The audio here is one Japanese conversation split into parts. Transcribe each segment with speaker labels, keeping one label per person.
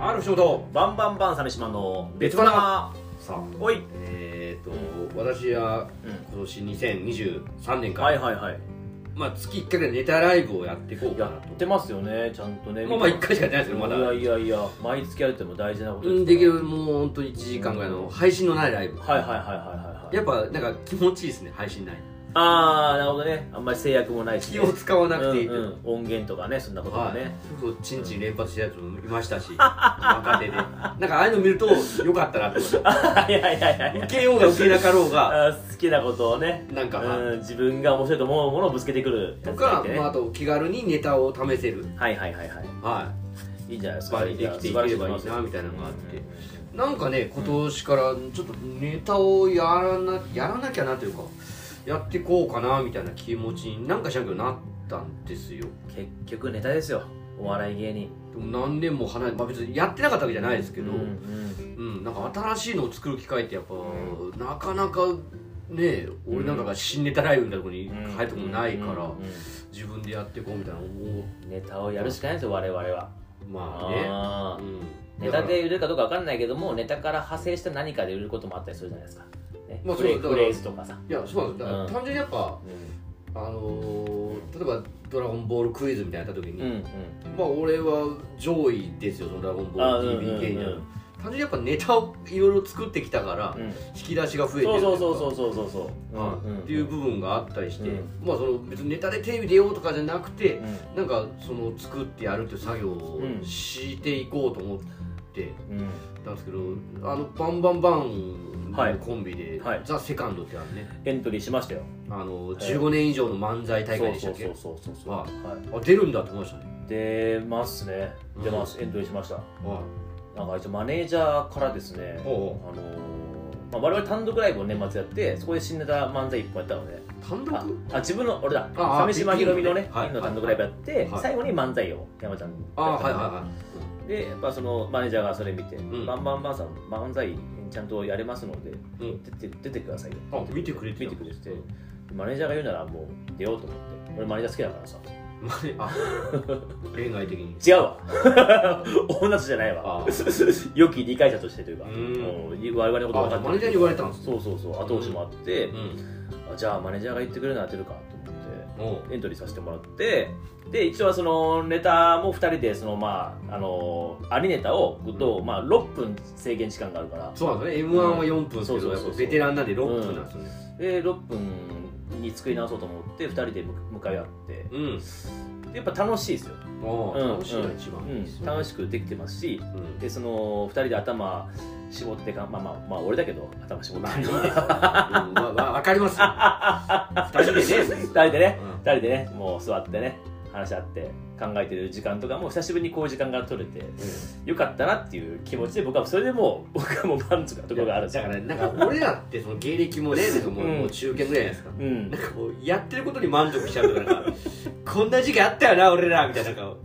Speaker 1: ある衝動
Speaker 2: バンバンバン鮫島の別腹
Speaker 3: さあ
Speaker 2: おい
Speaker 3: えー、と私は
Speaker 2: う
Speaker 3: 今年2023年から、
Speaker 2: はいはいはい
Speaker 3: まあ、月1回ぐらいネタライブをやっていこうか
Speaker 2: や
Speaker 3: なと
Speaker 2: ってますよねちゃんとね
Speaker 3: まあまあ1回しかやってないですけどまだ
Speaker 2: いやいやいや毎月やるっても大事なこと
Speaker 3: うん
Speaker 2: か
Speaker 3: で
Speaker 2: ら
Speaker 3: きるもう本当に1時間ぐらいの配信のないライブ
Speaker 2: はいはいはいはいはい
Speaker 3: やっぱなんか気持ちいいですね配信ない
Speaker 2: ああなるほどねあんまり制約もないし、
Speaker 3: 気を使わなくていいと
Speaker 2: うんうん音源とかねそんなことも
Speaker 3: はい
Speaker 2: ね、
Speaker 3: そうチンチン連発したやつもいました し若手でなんかああいうの見るとよかったなって思いまし
Speaker 2: いやいやいやい
Speaker 3: た
Speaker 2: や
Speaker 3: 受けようが受けなかろうが
Speaker 2: あー好きなことをね
Speaker 3: なんか
Speaker 2: うん、自分が面白いと思うものをぶつけてくるや
Speaker 3: と
Speaker 2: つがい
Speaker 3: か、
Speaker 2: てね
Speaker 3: まあ、あと気軽にネタを試せる
Speaker 2: はいはいはいはい
Speaker 3: はい
Speaker 2: いんじゃないです
Speaker 3: やっ
Speaker 2: か
Speaker 3: ぱりできていければいいなみたいなのがあってなんかね今年からちょっとネタをやらなやらなきゃなというかやってこうかなみたいな気持ちになんかしなきゃなったんですよ
Speaker 2: 結局ネタですよお笑い芸人
Speaker 3: でも何年も離れて、まあ、別にやってなかったわけじゃないですけど、
Speaker 2: うんう
Speaker 3: うん
Speaker 2: ん
Speaker 3: なんか新しいのを作る機会ってやっぱ、なかなかね俺なんかが新ネタライブみたいなとこに入るとこもないから、
Speaker 2: うんう
Speaker 3: 自分でやっていこうみたいな思うん
Speaker 2: ネタをやるしかないですよ我々は
Speaker 3: まあね
Speaker 2: あー
Speaker 3: うん
Speaker 2: ネタで売れるかどうかわかんないけどもネタから派生した何かで売れることもあったりするじゃないですか、ね
Speaker 3: まあ
Speaker 2: フレ
Speaker 3: そうだから
Speaker 2: フレーズとかさ、
Speaker 3: いやそうなんですよだから単純にやっぱ、
Speaker 2: う
Speaker 3: あのー例えば「ドラゴンボールクイズ」みたいなやった時に、
Speaker 2: んうん
Speaker 3: まあ俺は上位ですよその「ドラゴンボ
Speaker 2: あ
Speaker 3: ー
Speaker 2: うん
Speaker 3: ル
Speaker 2: う
Speaker 3: TV
Speaker 2: ん
Speaker 3: 系」には、
Speaker 2: うん
Speaker 3: 単純にやっぱネタをいろいろ作ってきたから、
Speaker 2: うん
Speaker 3: 引き出しが増えて
Speaker 2: そ
Speaker 3: る
Speaker 2: うそうそ
Speaker 3: というか
Speaker 2: うそうそうそうそ
Speaker 3: はい
Speaker 2: うん
Speaker 3: っていう部分があったりして、
Speaker 2: うん
Speaker 3: まあその別にネタでテレビ出ようとかじゃなくて
Speaker 2: う、う
Speaker 3: なんかその作ってやるっていう作業を
Speaker 2: うん
Speaker 3: していこうと思って
Speaker 2: んうん
Speaker 3: たんですけど、あのバンバンバン
Speaker 2: はい
Speaker 3: のコンビで、
Speaker 2: はい
Speaker 3: ザ・セカンドってあるね
Speaker 2: エントリーしましたよ
Speaker 3: あの15年以上の漫才大会でしたっけ、
Speaker 2: そうそうそうそうそう
Speaker 3: は
Speaker 2: は
Speaker 3: あ出るんだと思いましたね、
Speaker 2: い出ますね出ます、エントリーしました
Speaker 3: はい
Speaker 2: なんか一応マネージャーからですねあ
Speaker 3: ほ
Speaker 2: のーまあ、我々単独ライブを年末やってそこで新ネタ漫才1本やったので
Speaker 3: 単
Speaker 2: あ
Speaker 3: 独
Speaker 2: あ自分の俺だ
Speaker 3: ああ
Speaker 2: 鮫島ひろみのね
Speaker 3: ピンのねはい
Speaker 2: ピンの単独ライブやって、
Speaker 3: はい
Speaker 2: 最後に漫才を山ちゃん
Speaker 3: あ
Speaker 2: や
Speaker 3: あ
Speaker 2: っ
Speaker 3: はい
Speaker 2: たの
Speaker 3: は
Speaker 2: でやっぱそのマネージャーがそれ見て「
Speaker 3: ん
Speaker 2: バンバンバンさん漫才ちゃんとやれますので、
Speaker 3: うん
Speaker 2: 出て出てくださいよ」
Speaker 3: あ見てくれてた
Speaker 2: 見てくれてマネージャーが言うならもう出ようと思って俺マネージャー好きだからさ
Speaker 3: いはいあ恋愛的に
Speaker 2: 違うわ 女とじゃないわ
Speaker 3: ああ
Speaker 2: 良き理解者としてというか
Speaker 3: うん
Speaker 2: もう我々のこと
Speaker 3: あじゃあ
Speaker 2: 分かって
Speaker 3: マネージャーに言われたんですね
Speaker 2: そうそうそう後押しもあって、
Speaker 3: うん
Speaker 2: あじゃあマネージャーが言ってくれるなら出るかと思って
Speaker 3: おう
Speaker 2: エントリーさせてもらってで一応はそのネタも2人でそのまああのありネタをと、まあ、6分制限時間があるから
Speaker 3: そうなんですよね m 1は4分です
Speaker 2: そう
Speaker 3: け
Speaker 2: そう
Speaker 3: どや
Speaker 2: そう
Speaker 3: っ
Speaker 2: そう
Speaker 3: ぱベテランなんで6分なんですよね
Speaker 2: で6分に作り直そうと思って2人で向向かい合って
Speaker 3: うん
Speaker 2: でやっぱ楽しいですよ、
Speaker 3: ああ
Speaker 2: うん
Speaker 3: 楽しいのが一番
Speaker 2: う
Speaker 3: いいです
Speaker 2: ん、
Speaker 3: よね
Speaker 2: 楽しくできてますし
Speaker 3: うん
Speaker 2: でその2人で頭絞ってかまあまあまあ俺だけど頭絞って
Speaker 3: まあいいですようんわわわかりますよ二人でね
Speaker 2: 2人でね
Speaker 3: うん
Speaker 2: 2人でねもう座ってね話し合って考えてる時間とかも久しぶりにこういう時間が取れてよかったなっていう気持ちで僕はそれでもう 僕はもう満足なところがあるんです
Speaker 3: だ
Speaker 2: よ
Speaker 3: からなんか俺らってその芸歴もねなんかもう
Speaker 2: うん
Speaker 3: もう中堅ぐらいじゃないですか
Speaker 2: うん
Speaker 3: なんかこうやってることに満足しちゃうとかなんかこんな時期あったよな俺らみたいななんか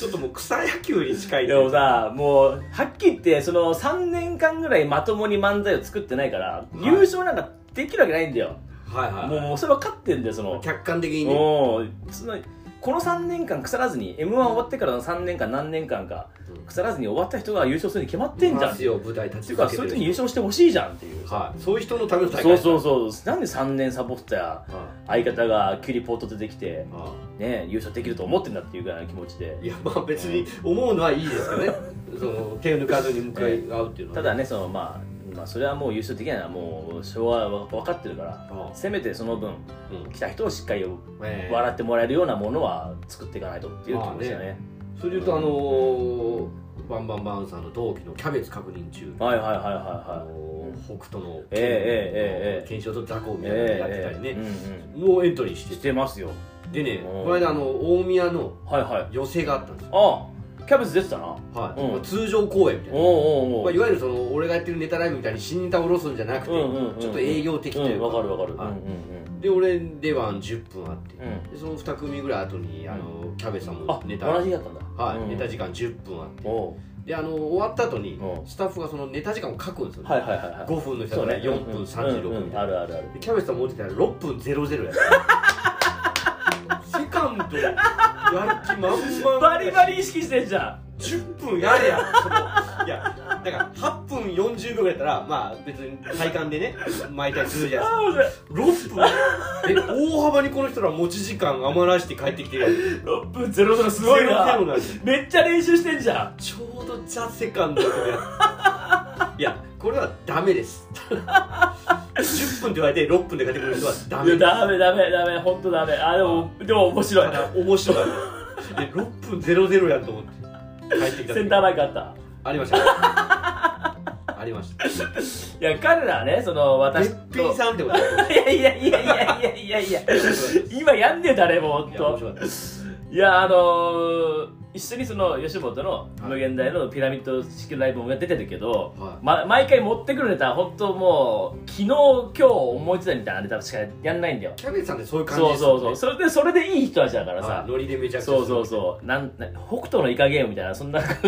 Speaker 3: ちょっともう草野球に近いと
Speaker 2: で
Speaker 3: いう
Speaker 2: も
Speaker 3: か
Speaker 2: さもうはっきり言ってその3年間ぐらいまともに漫才を作ってないから、
Speaker 3: い
Speaker 2: 優勝なんかできるわけないんだよ、
Speaker 3: はいはい
Speaker 2: もうもうそれ分かってんだよその
Speaker 3: 客観的にね
Speaker 2: おーそのこの3年間腐らずに m 1終わってからの3年間何年間か腐らずに終わった人が優勝するに決まってんじゃん
Speaker 3: ま
Speaker 2: っ
Speaker 3: す
Speaker 2: てい
Speaker 3: よ舞台立ち
Speaker 2: うか
Speaker 3: 続け
Speaker 2: そ
Speaker 3: て
Speaker 2: ういう
Speaker 3: る
Speaker 2: 時に優勝してほしいじゃんっていう
Speaker 3: はいそういう人のための大会
Speaker 2: そうそうそうなんで3年サボってたや
Speaker 3: はい
Speaker 2: 相方が急にポート出てきて、
Speaker 3: は
Speaker 2: ね、優勝できると思ってんだっていうぐらいの気持ちで
Speaker 3: いいやまあ別に思うのはいいですよ ねその手抜かずに向かい合うっていうの
Speaker 2: た
Speaker 3: は
Speaker 2: だねその、まあ、まあそれはもう優勝できないのはもう昭和は分かってるから
Speaker 3: ああ
Speaker 2: せめてその分
Speaker 3: うん
Speaker 2: 来た人をしっかり
Speaker 3: ええ
Speaker 2: 笑ってもらえるようなものは作っていかないとっていう気持ちだね,、
Speaker 3: それでいうとあのーバンバンバンさんの同期のキャベツ確認中
Speaker 2: はいはいはいは
Speaker 3: あ
Speaker 2: いはい
Speaker 3: のー北斗の
Speaker 2: ええええええ
Speaker 3: 検証と雑魚みたいなの
Speaker 2: え
Speaker 3: や
Speaker 2: え
Speaker 3: ってたり
Speaker 2: ええ
Speaker 3: ね
Speaker 2: うん
Speaker 3: もうエントリー
Speaker 2: うん、し
Speaker 3: して
Speaker 2: てますよ
Speaker 3: でね
Speaker 2: うん
Speaker 3: この間あの大宮の
Speaker 2: はいはい
Speaker 3: 寄席があったんですよ
Speaker 2: ああキャベツ出てたなおう
Speaker 3: はい
Speaker 2: うん
Speaker 3: まあ通常公演みたいな
Speaker 2: おうおう
Speaker 3: まあ、いわゆるその俺がやってるネタライブみたいに新ネタを下ろすんじゃなくて、
Speaker 2: うんうんうんうん
Speaker 3: ちょっと営業的といううんか、
Speaker 2: わかるわかる、
Speaker 3: はい
Speaker 2: うんうん
Speaker 3: で俺出番10分あって、
Speaker 2: うん
Speaker 3: でその2組ぐらい後にあのキャベツさん
Speaker 2: うんあ
Speaker 3: もネタ、
Speaker 2: 同じ日だったんだ
Speaker 3: はい
Speaker 2: うん
Speaker 3: ネタ時間10分あって
Speaker 2: おう
Speaker 3: であの終わった後に
Speaker 2: うん
Speaker 3: スタッフがそのネタ時間を書くんですよ、ね
Speaker 2: はいはいはいはい
Speaker 3: 5分の人
Speaker 2: そう
Speaker 3: だ
Speaker 2: ね
Speaker 3: ね4分36分みたいな、
Speaker 2: うんうんあるあるある
Speaker 3: でキャベツさん持ってたら6分00やったセカンドやる気満々
Speaker 2: バリバリ意識してんじゃん
Speaker 3: 10分やれやそこいやだから8分40秒ぐらいだったらまあ別に体感でね毎回するじゃないですか6分え大幅にこの人ら持ち時間余らして帰ってきてるやん
Speaker 2: 6分0とかすごいな
Speaker 3: ゼロなんですよ
Speaker 2: めっちゃ練習してんじゃん
Speaker 3: ちょうどザ・セカンドとかやついやこれはダメです10分って言われて6分で帰ってくる人はダメ
Speaker 2: いや
Speaker 3: です
Speaker 2: ダメダメダメ本当ダメあでもでも面白い
Speaker 3: ただ面白かったで6分00やんと思って帰ってきた
Speaker 2: セ
Speaker 3: 時
Speaker 2: ンターバイクあった
Speaker 3: ありましたありました
Speaker 2: いや彼らはねその私
Speaker 3: べっぴ
Speaker 2: と
Speaker 3: んさんってことだよ
Speaker 2: いやいやいやいやいやいやいや今やんねえ誰も本
Speaker 3: いや面
Speaker 2: 当
Speaker 3: 白かったです
Speaker 2: いやあのー一緒にその吉本の無限大のピラミッド式ライブも出てるけど、
Speaker 4: は
Speaker 2: ま、毎回持ってくるネタ本当もう昨日今日思いついたみたいなネタしかやんないんだよ
Speaker 4: キャベツさんってそういう感じ
Speaker 2: そう
Speaker 4: です
Speaker 2: そ
Speaker 4: よ
Speaker 2: う
Speaker 4: ね
Speaker 2: そうそれでそれでいい人たちだからさ、
Speaker 3: はいノリでめちゃくちゃ
Speaker 2: そうそうそうなんな北斗のイカゲームみたいなそんななんか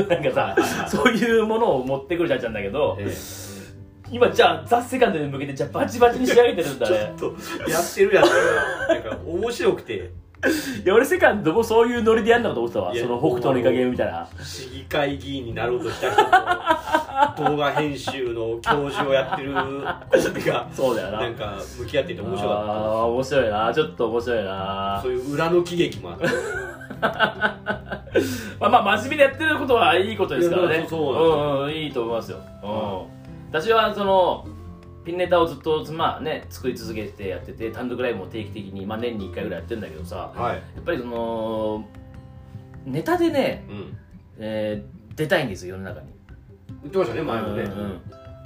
Speaker 2: さそういうものを持ってくるじゃんなんだけど、
Speaker 3: ええ
Speaker 2: 今じゃあザ・セカンドに向けてじゃあバチバチに仕上げてるんだね
Speaker 3: ちょっとやってるやつがなんか面白くて
Speaker 2: いや俺セカンドもそういうノリでやんだと思ってたわ
Speaker 3: いや
Speaker 2: その北斗のイカゲームみたいな
Speaker 3: 市議会議員になろうとした人と動画編集の教授をやってるコンビが
Speaker 2: そうだよな
Speaker 3: なんか向き合ってて面白
Speaker 2: あ
Speaker 3: か
Speaker 2: ー面白いなちょっと面白い
Speaker 3: った
Speaker 2: な
Speaker 3: そういう裏の喜劇もあって
Speaker 2: まあまあ真面目にやってることはいいことですから
Speaker 3: い
Speaker 2: ね
Speaker 3: やそうそう
Speaker 2: うんうんいいと思いますよ、うん、私はそのピンネタをずっとまあね作り続けてやってて単独ライブも定期的に、まあ、年に1回ぐらいやってるんだけどさ
Speaker 3: はい、
Speaker 2: やっぱりそのネタでね、
Speaker 3: うん、
Speaker 2: えー出たいんですよ世の中に
Speaker 4: 言ってましたね前もね、
Speaker 2: うんうん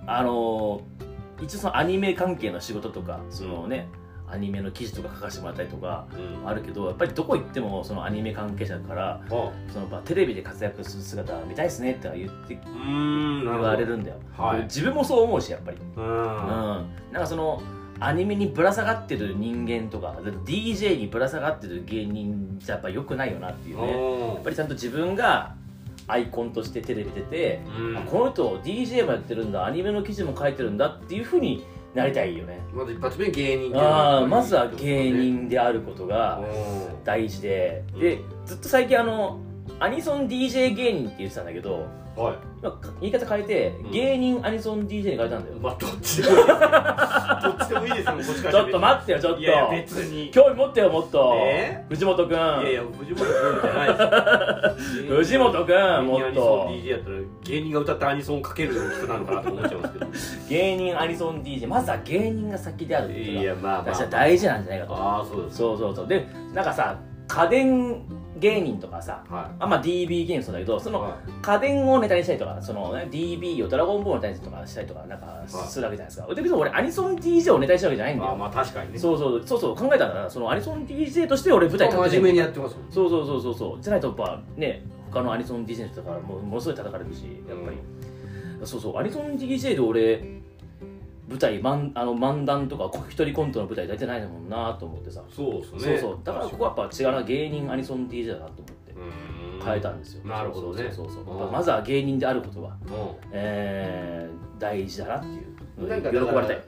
Speaker 2: あのー一応そのアニメ関係の仕事とかそのねアニメの記事とか書かせてもらったりとか
Speaker 3: うん
Speaker 2: あるけどやっぱりどこ行ってもそのアニメ関係者から
Speaker 3: は
Speaker 2: そのまあテレビで活躍する姿見たいですねって言って
Speaker 3: うーんな
Speaker 2: 言
Speaker 3: る
Speaker 2: わ
Speaker 3: ほ
Speaker 2: れ
Speaker 3: ど
Speaker 2: るんだよ、
Speaker 3: はい
Speaker 2: 自分もそう思うしやっぱり、
Speaker 3: う
Speaker 2: うん
Speaker 3: ん
Speaker 2: なんかそのアニメにぶら下がってる人間とか DJ にぶら下がってる芸人じゃやっぱ良くないよなっていうねやっぱりちゃんと自分がアイコンとしてテレビ出て、
Speaker 3: うん
Speaker 2: あこの人 DJ もやってるんだアニメの記事も書いてるんだっていうふうになりたいよね
Speaker 4: まず一発目芸人っていうのがやっ
Speaker 2: あ
Speaker 4: ぱ
Speaker 2: ー
Speaker 4: り
Speaker 2: まずは芸人であることが
Speaker 3: う
Speaker 2: 大事で、
Speaker 3: うん
Speaker 2: でずっと最近あのアニソン DJ 芸人って言ってたんだけど
Speaker 3: んはい
Speaker 2: 今か言い方変えて、
Speaker 3: うん
Speaker 2: 芸人アニソン DJ に変えたんだよ、
Speaker 3: まあどっちでもい いですよどっちでもいいですよこっちから
Speaker 2: ちょっと待ってよちょっと
Speaker 3: いやいや別に
Speaker 2: 興味持ってよもっと、
Speaker 3: え
Speaker 2: 藤本君
Speaker 3: いやいや藤本君じゃないですよ
Speaker 2: 藤本君
Speaker 3: 芸人アニ
Speaker 2: もっ
Speaker 3: ソ
Speaker 2: と
Speaker 3: ン DJ やったら芸人が歌ったアニソンをかける人なのかなと思っちゃいますけど
Speaker 2: 芸人アニソン DJ まずは芸人が先であるっていうの
Speaker 3: い
Speaker 2: が
Speaker 3: やまあま
Speaker 2: 私は
Speaker 3: あ
Speaker 2: 大事なんじゃないかと
Speaker 3: ああそうです
Speaker 2: そうそうそうでなんかさ家電芸人とかさ
Speaker 3: は
Speaker 2: あまあ DB 芸人そうだけどそ
Speaker 3: い
Speaker 2: の
Speaker 3: はい
Speaker 2: 家電をネタにしたりとかその、ね、DB をドラゴンボールのネタにしたりとかしたりとかなんかするわけじゃないですか、で別に俺アニソン DJ をネタにしたわけじゃないんだ
Speaker 3: まあ
Speaker 2: よ、
Speaker 3: まあ確かにね
Speaker 2: そうそうそうそう考えたらそのアニソン DJ として俺舞台立
Speaker 4: ま
Speaker 2: っ
Speaker 4: あ
Speaker 2: て
Speaker 4: 真面目に
Speaker 2: る
Speaker 4: やってますもん
Speaker 2: そうそうそうそうそうじゃないとやっぱね他のアニソン DJ の人からもうものすごい叩かれるしやっぱり、そうそうアニソン DJ で俺舞台マンあの漫談とか一人コントの舞台大体ないもんなと思ってさ
Speaker 3: そうです
Speaker 2: そう
Speaker 3: ね
Speaker 2: そうだからここはやっぱ違うな芸人アニソン DJ だなと思って
Speaker 3: うん
Speaker 2: 変えたんですよ、
Speaker 3: なるほどね
Speaker 2: そうそうそう
Speaker 3: うん
Speaker 2: やっぱまずは芸人であることは、
Speaker 3: う
Speaker 2: えー大事だなっていう
Speaker 4: なんか
Speaker 2: 喜
Speaker 4: だから
Speaker 2: ばれたい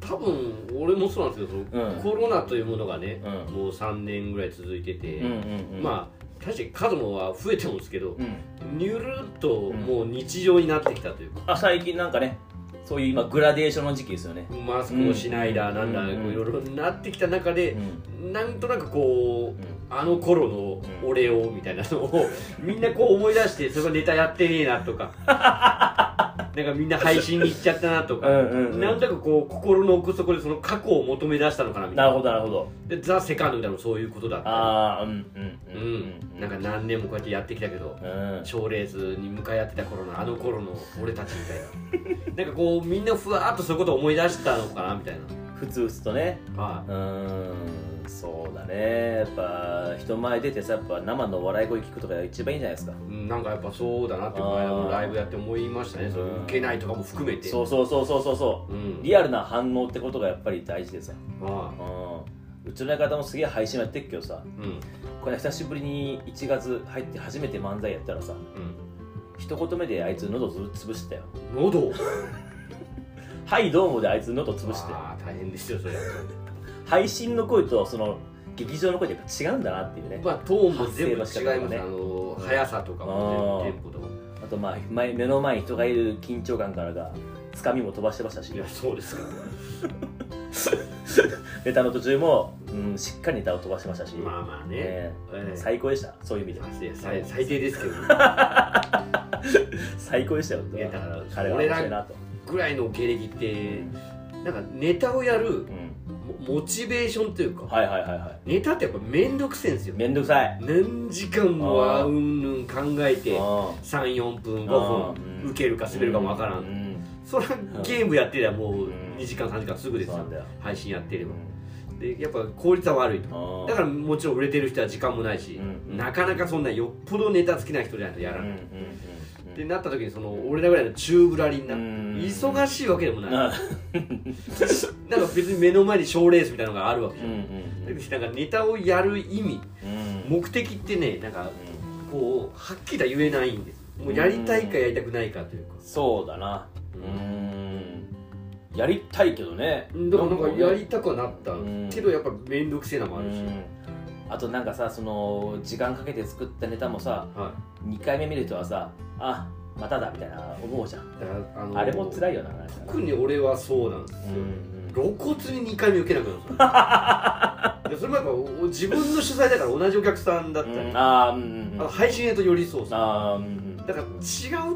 Speaker 3: 多分俺もそうなんですけどその
Speaker 2: うん
Speaker 3: コロナというものがね
Speaker 2: うん
Speaker 3: もう3年ぐらい続いてて
Speaker 2: うんうんうんうん
Speaker 3: まあ確かに数もは増えてるんですけど
Speaker 2: うん
Speaker 3: ニュルっともう日常になってきたというか
Speaker 2: あ最近なんかねそういう今グラデーションの時期ですよね、
Speaker 3: マスクをしないだなんだ
Speaker 2: うん
Speaker 3: いろいろなってきた中
Speaker 2: う
Speaker 3: で
Speaker 2: ん
Speaker 3: なんとなくこう
Speaker 2: うん
Speaker 3: あの頃の俺をみたいなの をみんなこう思い出してそれがネタやってねえなとかなんかみんな配信に行っちゃったなとか
Speaker 2: うんうんうん
Speaker 3: なんとなくこう心の奥底でその過去を求め出したのかなみた
Speaker 2: ない
Speaker 3: な
Speaker 2: るほどなるほど
Speaker 3: でザ・セカンドみたいなのもそういうことだった
Speaker 2: ああうんうん
Speaker 3: う
Speaker 2: うん
Speaker 3: んなんか何年もこうやってやってきたけど
Speaker 2: うん
Speaker 3: 賞レースに向かい合ってた頃のあの頃の俺たちみたいな なんかこうみんなふわーっとそういうことを思い出したのかなみたい
Speaker 2: ふつふつとね
Speaker 3: なは
Speaker 2: うーんそうだねやっぱ人前出てさやっぱ生の笑い声聞くとかが一番いいんじゃないですか
Speaker 3: いうんなんかやっぱそうだなってこの間のライブやって思いましたねその受けないとかも含めて
Speaker 2: そうそうそうそうそうそううんリアルな反応ってことがやっぱり大事でさ、
Speaker 3: は
Speaker 2: うん、うちの相方もすげえ配信やってっけどさ
Speaker 3: いうん
Speaker 2: これ久しぶりに1月入って初めて漫才やったらさ一言目であいつ喉ず潰してたよ
Speaker 3: うん喉を
Speaker 2: 「はいどうも」であいつ喉潰してたよ
Speaker 3: あー大変ですよそれ
Speaker 2: 配信の声とその劇場の声ってやっぱ違うんだなっていうね
Speaker 3: まあトーンも全部違います
Speaker 2: 発声
Speaker 3: ね
Speaker 2: の仕方がね
Speaker 3: あの速さとかも全部テンポとかも
Speaker 2: あとまあ前目の前に人がいる緊張感からがつかみも飛ばしてましたし
Speaker 3: いやそうですか
Speaker 2: ネタの途中も、うん、しっかりネタを飛ばしてましたし、
Speaker 3: まあまあね
Speaker 2: え
Speaker 3: え
Speaker 2: え
Speaker 3: え
Speaker 2: 最高でしたそういう意味では
Speaker 3: 最最最低ですけど ね
Speaker 2: 最高でしたよ
Speaker 3: いやだから
Speaker 2: 彼は面白いなと、
Speaker 3: ぐらいの経歴っ
Speaker 2: う
Speaker 3: て
Speaker 2: ん
Speaker 3: なんかネタをやる
Speaker 2: うん
Speaker 3: モモチベーションというか
Speaker 2: はいはいはいは
Speaker 3: ネタってやっぱ面倒くせえんですよ
Speaker 2: い面倒くさい
Speaker 3: 何時間も
Speaker 2: あ
Speaker 3: あ
Speaker 2: ー
Speaker 3: うんぬん考えて
Speaker 2: あ
Speaker 3: 34分
Speaker 2: あ
Speaker 3: 5
Speaker 2: ー
Speaker 3: 分
Speaker 2: うん
Speaker 3: 受けるか
Speaker 2: ー
Speaker 3: 滑るかもわからん、
Speaker 2: うん
Speaker 3: それはゲームやってりゃもう
Speaker 2: うん
Speaker 3: 2時間3時間すぐです
Speaker 2: そうな
Speaker 3: よ
Speaker 2: んだよ
Speaker 3: 配信やってれば
Speaker 2: うん
Speaker 3: でやっぱ効率は悪いと
Speaker 2: あー
Speaker 3: だからもちろん売れてる人は時間もないし、
Speaker 2: うん
Speaker 3: なかなかそんなよっぽどネタ好きな人じゃないとやら
Speaker 2: う
Speaker 3: ない、
Speaker 2: んうん
Speaker 3: っ
Speaker 2: うんう
Speaker 3: て
Speaker 2: ん
Speaker 3: なった時にその俺らぐらいの宙ぶらりんな、
Speaker 2: うん
Speaker 3: 忙しいわけでもない、
Speaker 2: あ
Speaker 3: なんか別に目の前に賞ーレースみたいなのがあるわけ
Speaker 2: うんうんうん
Speaker 3: なんかネタをやる意味
Speaker 2: うん
Speaker 3: 目的ってねなんかこうはっきりとは言えないんですもうやりたいかやりたくないかというか
Speaker 2: そうだなうーんやりたいけどね
Speaker 3: だからなんかやり
Speaker 2: た
Speaker 3: たくはなった
Speaker 2: うん
Speaker 3: けどやっぱ面倒くせえなもあるし、
Speaker 2: あとなんかさその時間かけて作ったネタもさ
Speaker 3: は
Speaker 2: 2回目見る人はさあまただみたいな思うじゃん
Speaker 3: いだからあの
Speaker 2: あれも辛いよななんか
Speaker 3: 特に俺はそうなんですよ、
Speaker 2: うん
Speaker 3: 露骨に2回目受けなくなるんですよいやそれもやっぱお自分の取材だから同じお客さんだったり、
Speaker 2: うん
Speaker 3: あ
Speaker 2: あーうんうん
Speaker 3: の配信へと寄り添うさ
Speaker 2: あーうんうん
Speaker 3: だから違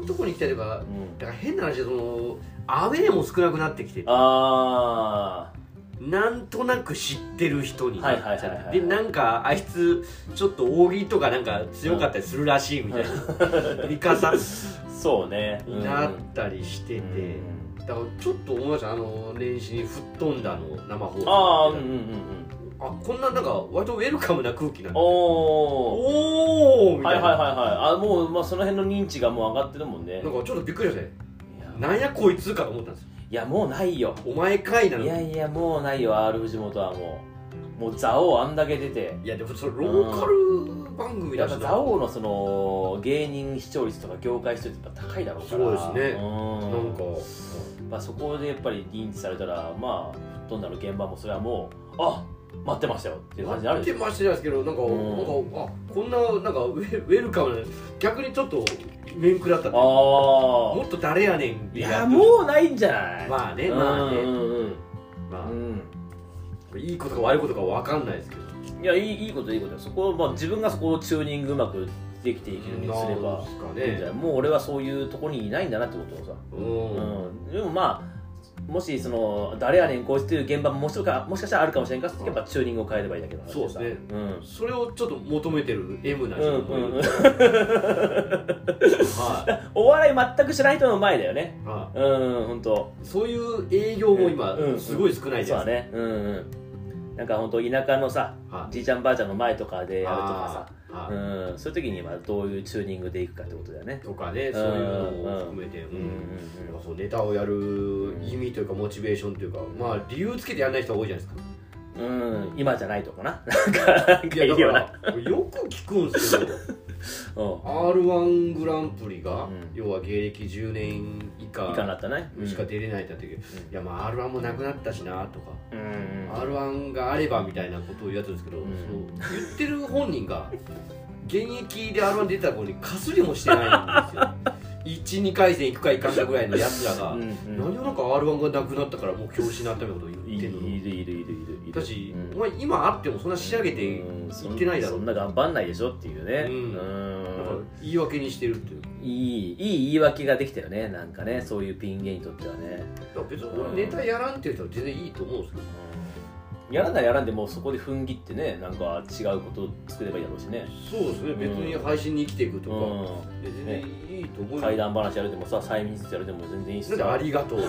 Speaker 3: うとこに行きたいとか
Speaker 2: うん
Speaker 3: だから変な話でその雨も少なくなってきて
Speaker 2: あ
Speaker 3: なんとなく知ってる人に
Speaker 2: はいはいはいはい
Speaker 3: でなんかあいつちょっと大喜利とかなんか強かったりするらしいみたいな 見方
Speaker 2: ーそうね
Speaker 3: になったりしてて、だからちょっと思いましたあの年始に吹っ飛んだの生放送
Speaker 2: ああーうんうんうんうん
Speaker 3: あこんななんか割とウェルカムな空気なんだ
Speaker 2: おお
Speaker 3: おおみ
Speaker 2: は
Speaker 3: た
Speaker 2: い
Speaker 3: い
Speaker 2: はい
Speaker 3: な、
Speaker 2: はいはいあもう、まあ、その辺の認知がもう上がってるもんね
Speaker 3: なんかちょっとびっくりしたね
Speaker 2: いや
Speaker 3: なんやこいつかと思ったんですよ
Speaker 2: いやもうないよ
Speaker 3: お前かいなの
Speaker 2: い
Speaker 3: いや
Speaker 2: やいやもうないよ R 藤本はもうもう蔵王あんだけ出て
Speaker 3: でもそれローカル番組
Speaker 2: や
Speaker 3: だ
Speaker 2: っ
Speaker 3: し
Speaker 2: ぱ
Speaker 3: な
Speaker 2: 蔵王のその芸人視聴率とか業界視聴率やっぱ高いだろうから
Speaker 3: そうですね
Speaker 2: うん
Speaker 3: なんか
Speaker 2: まあ、そこでやっぱり認知されたらまあほとんどの現場もそれはもうあ待ってましたよっていう感じにな
Speaker 3: や
Speaker 2: る
Speaker 3: っ
Speaker 2: で
Speaker 3: て
Speaker 2: しょ
Speaker 3: ましたじゃないですけどなんか、
Speaker 2: うん
Speaker 3: なんかあこんななんかウェウェルカムな逆にちょっと面食らったも
Speaker 2: あ
Speaker 3: っと誰やねんっ
Speaker 2: あ
Speaker 3: て
Speaker 2: い
Speaker 3: っ
Speaker 2: や
Speaker 3: てる
Speaker 2: もうないんじゃない
Speaker 3: まあねまあね、
Speaker 2: うんうん
Speaker 3: ま
Speaker 2: うんうん
Speaker 3: あいいことか悪いことかわかんないですけど
Speaker 2: いやいいいいこといいことそこを、まあ、自分がそこをチューニングうまくできていけるようにすれば
Speaker 3: なん
Speaker 2: いいん
Speaker 3: ですか
Speaker 2: じゃ
Speaker 3: ね
Speaker 2: ないもう俺はそういうとこにいないんだなってことをさ、
Speaker 3: うん、
Speaker 2: うん、でもまあもしその誰やねんこいつっていう現場ももしかもしかしたらあるかもしれんからその時はやっぱチューニングを変えればいいだけど
Speaker 3: そうですね
Speaker 2: うん
Speaker 3: それをちょっと求めてる M な
Speaker 2: う
Speaker 3: 人
Speaker 2: ん
Speaker 3: もいる、
Speaker 2: うん、
Speaker 3: は
Speaker 2: お笑い全く知らない人の前だよね
Speaker 3: い、は
Speaker 2: うん本当
Speaker 3: い、そういう営業も今、
Speaker 2: うん
Speaker 3: すごい少ないじ
Speaker 2: そ
Speaker 3: ゃ
Speaker 2: う
Speaker 3: な
Speaker 2: だ
Speaker 3: いで
Speaker 2: ねうんうんなんか本当田舎のさ
Speaker 3: すか、はい
Speaker 2: じいちゃんばあちゃんの前とかでやるとか
Speaker 3: あ
Speaker 2: さ
Speaker 3: ーはい
Speaker 2: うんそういう時にまあどういうチューニングでいくかってことだよね
Speaker 3: とかねそういうのも含めて、
Speaker 2: うん
Speaker 3: なんかそうネタをやる意味というかモチベーションというかまあ理由つけてやらない人が多いじゃないですか
Speaker 2: うん、うん、今じゃないとこななんかなんかいるよな
Speaker 3: だからよく聞くんですけ ど
Speaker 2: うん
Speaker 3: r 1グランプリが、
Speaker 2: うん
Speaker 3: 要は芸歴10年以
Speaker 2: いいか
Speaker 3: 下
Speaker 2: なったねうん
Speaker 3: しか出れないってなった時、いやまあ r 1もなくなったしなとか、
Speaker 2: うん
Speaker 3: r 1があればみたいなことを言うやつですけど、
Speaker 2: うん
Speaker 3: その言ってる本人が現役で r 1出た頃にかすりもしてないんですよ12回戦行くか行かんかぐらいのやつらが、
Speaker 2: うんうん
Speaker 3: 何をなんか r 1がなくなったからもう教師になったみたいなことを言
Speaker 2: い
Speaker 3: って
Speaker 2: る
Speaker 3: んの
Speaker 2: いるいるいるいるいる
Speaker 3: だし、
Speaker 2: うん
Speaker 3: お前今あってもそんな仕上げてい
Speaker 2: うんそん
Speaker 3: ってないだろ
Speaker 2: そんな頑張んないでしょっていうね
Speaker 3: うんなんか
Speaker 2: うん
Speaker 3: 言い訳にしてるっていうだか
Speaker 2: いいいい言い訳ができたよねなんかねそういうピン芸にとってはね
Speaker 3: ら別に俺ネタやらんって言ったら全然いいと思うんですけ
Speaker 2: やらないやらんでもうそこで踏ん切ってねなんか違うことを作ればいいだろうしね
Speaker 3: どそうですね別に配信に生きていくとか、
Speaker 2: う
Speaker 3: 全然いいと思うん
Speaker 2: 怪談話やるでもさ催眠術やるでも全然いいし
Speaker 3: なんで
Speaker 2: さ
Speaker 3: ありが とう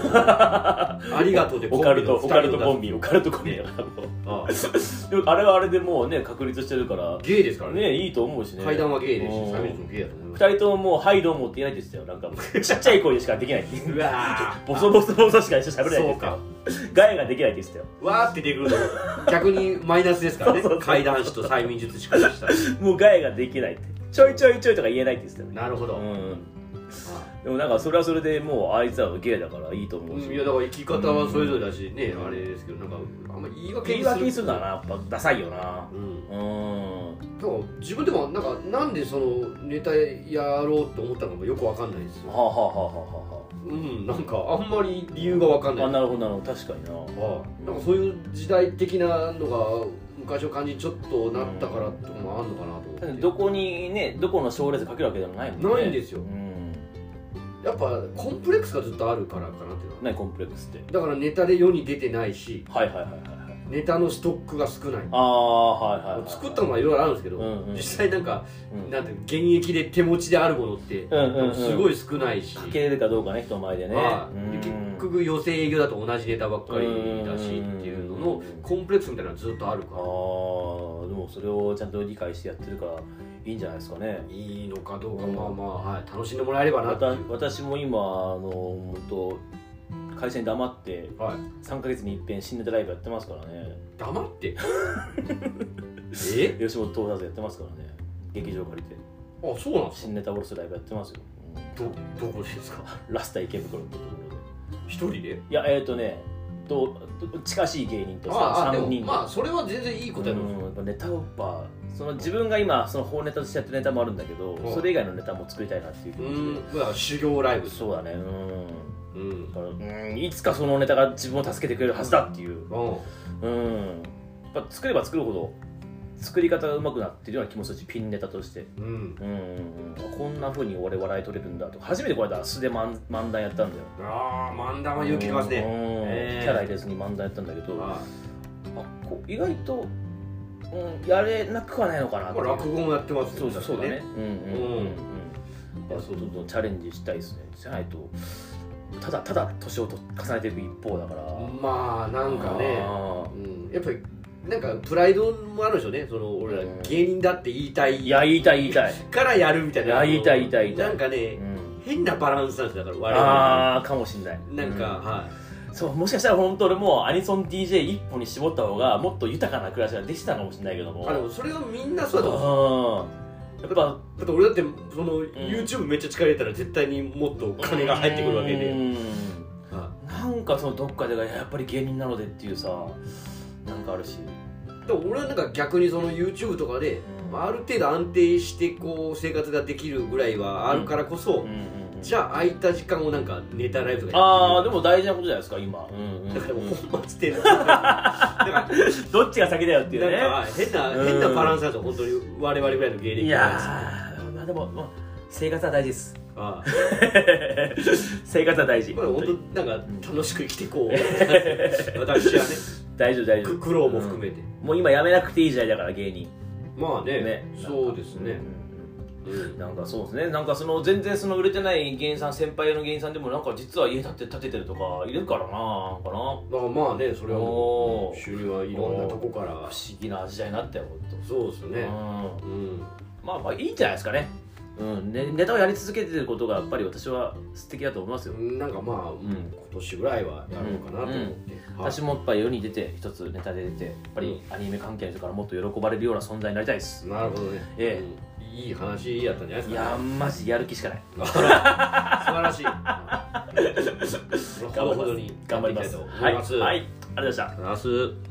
Speaker 3: ありがとうで
Speaker 2: オカルト
Speaker 3: の二人
Speaker 2: オカルト
Speaker 3: を出す
Speaker 2: コンビオカルトコンビだからも
Speaker 3: あ
Speaker 2: うでもあれはあれでもうね確立してるから
Speaker 3: あゲイですからね
Speaker 2: ねいいと思うしね
Speaker 3: 階段はゲイです
Speaker 2: う
Speaker 3: し
Speaker 2: ん
Speaker 3: サビルもゲイだと思います
Speaker 2: 二人とももう「はいどうも」って言えないですよなんかもうちっちゃい声でしか できないっていう
Speaker 3: うわー
Speaker 2: ボソボソボソしか喋
Speaker 3: そう
Speaker 2: れないですよ
Speaker 3: か
Speaker 2: ガヤができないですよ
Speaker 3: わーって出てくるの 逆にマイナスですからね
Speaker 2: そうそうそう
Speaker 3: 階段師と催眠術師からしたら
Speaker 2: もうガヤができないってちょいちょいちょいとか言えないですよ
Speaker 3: なるほど、
Speaker 2: うんでもなんかそれはそれでもうあいつらはゲイだからいいと思うし、
Speaker 3: いやだから生き方はそれぞれだしね、あれですけどなんかあんま言い訳
Speaker 2: 言い訳にするならやっぱダサいよな
Speaker 3: うん
Speaker 2: うん
Speaker 3: なんか自分でもなんかなんでそのネタやろうと思ったのかよくわかんないです
Speaker 2: は
Speaker 3: よ
Speaker 2: あはあはあはあは
Speaker 3: うんなんかあんまり理由がわかん
Speaker 2: あ
Speaker 3: ない
Speaker 2: あなるほどなるほど確かにな
Speaker 3: ああなんかそういう時代的なのが昔を感じちょっとなったからとかもあんのかなと思って、
Speaker 2: どこにねどこの賞レースかけるわけでもないもんね
Speaker 3: ないんですよ
Speaker 2: うん
Speaker 3: やっぱコンプレックスがずっとあるからかなっていうのは
Speaker 2: 何コンプレックスって
Speaker 3: だからネタで世に出てないし
Speaker 2: はいはいはいはいはい
Speaker 3: ネタのストックが少ない
Speaker 2: ああはいはいはい、はい、
Speaker 3: 作ったのはいろいろあるんですけど、
Speaker 2: うんうん
Speaker 3: 実際なんか、
Speaker 2: うん
Speaker 3: なんて現役で手持ちであるものって、
Speaker 2: うんうんうん
Speaker 3: すごい少ないし、
Speaker 2: かけれるかどうかね人前でね
Speaker 3: は
Speaker 2: うん
Speaker 3: いで結局予選営業だと同じネタばっかりだしっていうの
Speaker 2: う
Speaker 3: の
Speaker 2: ん
Speaker 3: コンプレックスみたいなのがずっとある
Speaker 2: ああ
Speaker 3: か
Speaker 2: でもそれをちゃんと理解してやってるからいいんじゃないですかね
Speaker 3: らいいのかどうかまあまあ、はい、楽しんでもらえればな
Speaker 2: わ
Speaker 3: って
Speaker 2: た
Speaker 3: いう
Speaker 2: 私も今あの本当会社に黙って
Speaker 3: はい
Speaker 2: 3か月に一遍新ネタライブやってますからね
Speaker 3: 黙って え
Speaker 2: 吉本東大やってますからね劇場借りて
Speaker 3: あそうなんですか
Speaker 2: 新ネタ下ろすライブやってますよ、
Speaker 3: どどこでですか
Speaker 2: うんラスタ池袋ってところで
Speaker 3: 一人で
Speaker 2: いやえっ、ー、とねとと近しい芸人と
Speaker 3: ああで
Speaker 2: 3
Speaker 3: も
Speaker 2: 人で
Speaker 3: まあそれは全然いいことやと思うん
Speaker 2: うんやっぱネタをやっぱその自分が今その本ネタとしてやってるネタもあるんだけど
Speaker 3: うん
Speaker 2: それ以外のネタも作りたいなっていう気
Speaker 3: う
Speaker 2: 持ち
Speaker 3: んまあ修行ライブ
Speaker 2: でそうだねうん
Speaker 3: うん
Speaker 2: だからうんいつかそのネタが自分を助けてくれるはずだっていううんやっぱ作れば作るほど作り方がうまくなってるような気もするしピンネタとして
Speaker 3: うんうん
Speaker 2: うんうんうんこんなふうに俺笑い取れるんだとか初めてこれだ素で漫漫談やったんだよ
Speaker 3: ああ漫談は勇気いりますね
Speaker 2: うん
Speaker 3: えー
Speaker 2: キャラ入れずに漫談やったんだけど
Speaker 3: あ
Speaker 2: あこう意外と、うん、やれなくはないのかな
Speaker 3: あまあ落語もやってます
Speaker 2: そうだそうだねうんうんうんうん
Speaker 3: うん
Speaker 2: いやそうそうそうチャレンジしたいですねじゃないとただただ年をと重ねていく一方だから
Speaker 3: まあなんかね
Speaker 2: あ
Speaker 3: うんやっぱりなんかプライドもあるでしょうねその俺ら
Speaker 2: うん
Speaker 3: 芸人だって言いた
Speaker 2: ー
Speaker 3: い
Speaker 2: いや言いたい言いたい、
Speaker 3: からやるみたいない
Speaker 2: や言いたい言いたい言いたい
Speaker 3: なんか
Speaker 2: う
Speaker 3: ね
Speaker 2: ん、
Speaker 3: 変なバランスなんですよだから我々
Speaker 2: ああかもしんない
Speaker 3: なんか
Speaker 2: う
Speaker 3: は
Speaker 2: そうもしかしたら本当俺もうアニソン DJ 一本に絞った方がもっと豊かな暮らしができたかもしれないけども
Speaker 3: いあでもそれはみんなそうだと思う
Speaker 2: うんやっぱ
Speaker 3: だって俺だってその YouTube めっちゃ力入れたら絶対にもっと金が入ってくるわけ
Speaker 2: う
Speaker 3: で
Speaker 2: ん
Speaker 3: は
Speaker 2: なんかそのどっかでがやっぱり芸人なのでっていうさなんかあるし
Speaker 3: いでも俺はなんか逆にその YouTube とかで
Speaker 2: うん
Speaker 3: まあある程度安定してこう生活ができるぐらいはあるからこそじ
Speaker 2: ゃ
Speaker 3: ゃあ空いた時間をなんかネタライブとか
Speaker 2: あーで
Speaker 3: も
Speaker 2: も大事なことじゃないですか今、うんうん
Speaker 3: だからもう本末転倒なん か
Speaker 2: どっちが先だよっていうね
Speaker 3: なんか変な
Speaker 2: うん
Speaker 3: 変なバランスなんですよ本当に我々ぐらいの芸歴
Speaker 2: いやーまあでも、まあ、生活は大事です
Speaker 3: ああ
Speaker 2: 生活は大事
Speaker 3: これ本当なんか楽しく生きて こう私はね
Speaker 2: 大丈夫大丈
Speaker 3: く
Speaker 2: 夫
Speaker 3: 苦労も含めて
Speaker 2: もう今やめなくていい時代だから芸人
Speaker 3: まあね
Speaker 2: ね
Speaker 3: そうですね、うん
Speaker 2: なんかそうですねなんかその全然その売れてない芸人さん先輩の芸人さんでもなんか実は家建て建ててるとかいるからななんかな
Speaker 3: まあまあねそれは
Speaker 2: おー
Speaker 3: 収入はいろんなとこから
Speaker 2: 不思議な時代になったよほんと
Speaker 3: そうですね
Speaker 2: う
Speaker 3: う
Speaker 2: ん
Speaker 3: ん
Speaker 2: まあまあいいんじゃないですかね,、うん、ねネタをやり続けてることがやっぱり私は素敵だと思いますよ、
Speaker 3: なんかまあ、うん
Speaker 2: ん
Speaker 3: 今年ぐらいはやろうかなと思って、はい
Speaker 2: 私もやっぱり世に出て一つネタで出てやっぱりアニメ関係の人からもっと喜ばれるような存在になりたいです、
Speaker 3: なるほどね、
Speaker 2: え
Speaker 3: うんいい話やったんじゃないです
Speaker 2: い
Speaker 3: か、
Speaker 2: やーマジやる気しかない
Speaker 3: 素 晴らしいほどほどに
Speaker 2: 頑張ります
Speaker 3: やっていきたいと思
Speaker 2: はいい、
Speaker 3: ます、
Speaker 2: はい、ありがとうございました
Speaker 3: ありがとうございます